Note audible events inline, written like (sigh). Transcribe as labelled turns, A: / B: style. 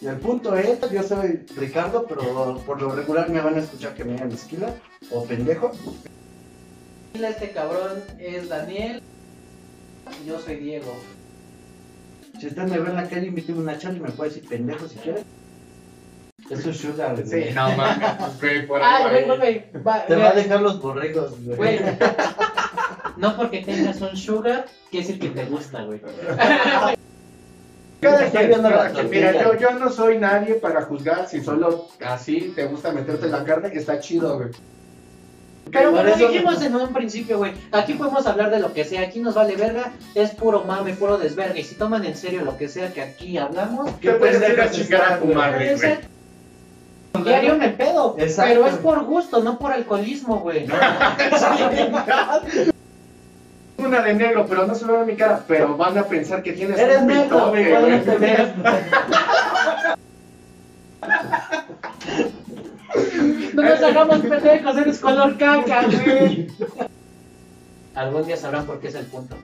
A: Y el punto es, yo soy Ricardo, pero por lo regular me van a escuchar que me digan esquila o pendejo.
B: Este cabrón es Daniel. Y yo soy Diego.
A: Si usted me ve en la calle y me tiene una charla, me puede decir pendejo si quiere. Eso es sugar, güey. (laughs)
C: Sí, no mames, güey, por
A: Ah,
B: Ay, Ah, güey,
C: ahí.
B: no me. va-
A: Te va a
B: güey,
A: dejar los borregos, güey.
B: güey. No porque tengas un sugar, quiere decir que te gusta, güey.
A: Me
C: Cada
A: está
C: quien,
A: viendo la
C: cada quien. Mira,
A: tortilla.
C: yo, yo no soy nadie para juzgar si solo así te gusta meterte la carne, está chido, güey.
B: Pero
A: Por
B: como
A: eso-
B: dijimos en un principio, güey, aquí podemos hablar de lo que sea, aquí nos vale verga, es puro mame, puro desverga, y si toman en serio lo que sea que aquí hablamos,
A: Qué
C: Te puedes ir a
A: pendejos
C: chingar a
A: están,
C: tu madre,
B: es
C: güey.
B: el- diario me pedo,
A: Exacto.
B: pero es por gusto, no por alcoholismo,
A: (laughs)
B: güey.
C: Una de negro, pero no se ve en mi cara, pero van a pensar que tienes
A: Eres
C: un
A: negro,
C: pitote,
A: güey, ¿cuál es el negro?
B: No nos hagamos pendejos, eres color caca, güey. Algún día sabrán por qué es el punto.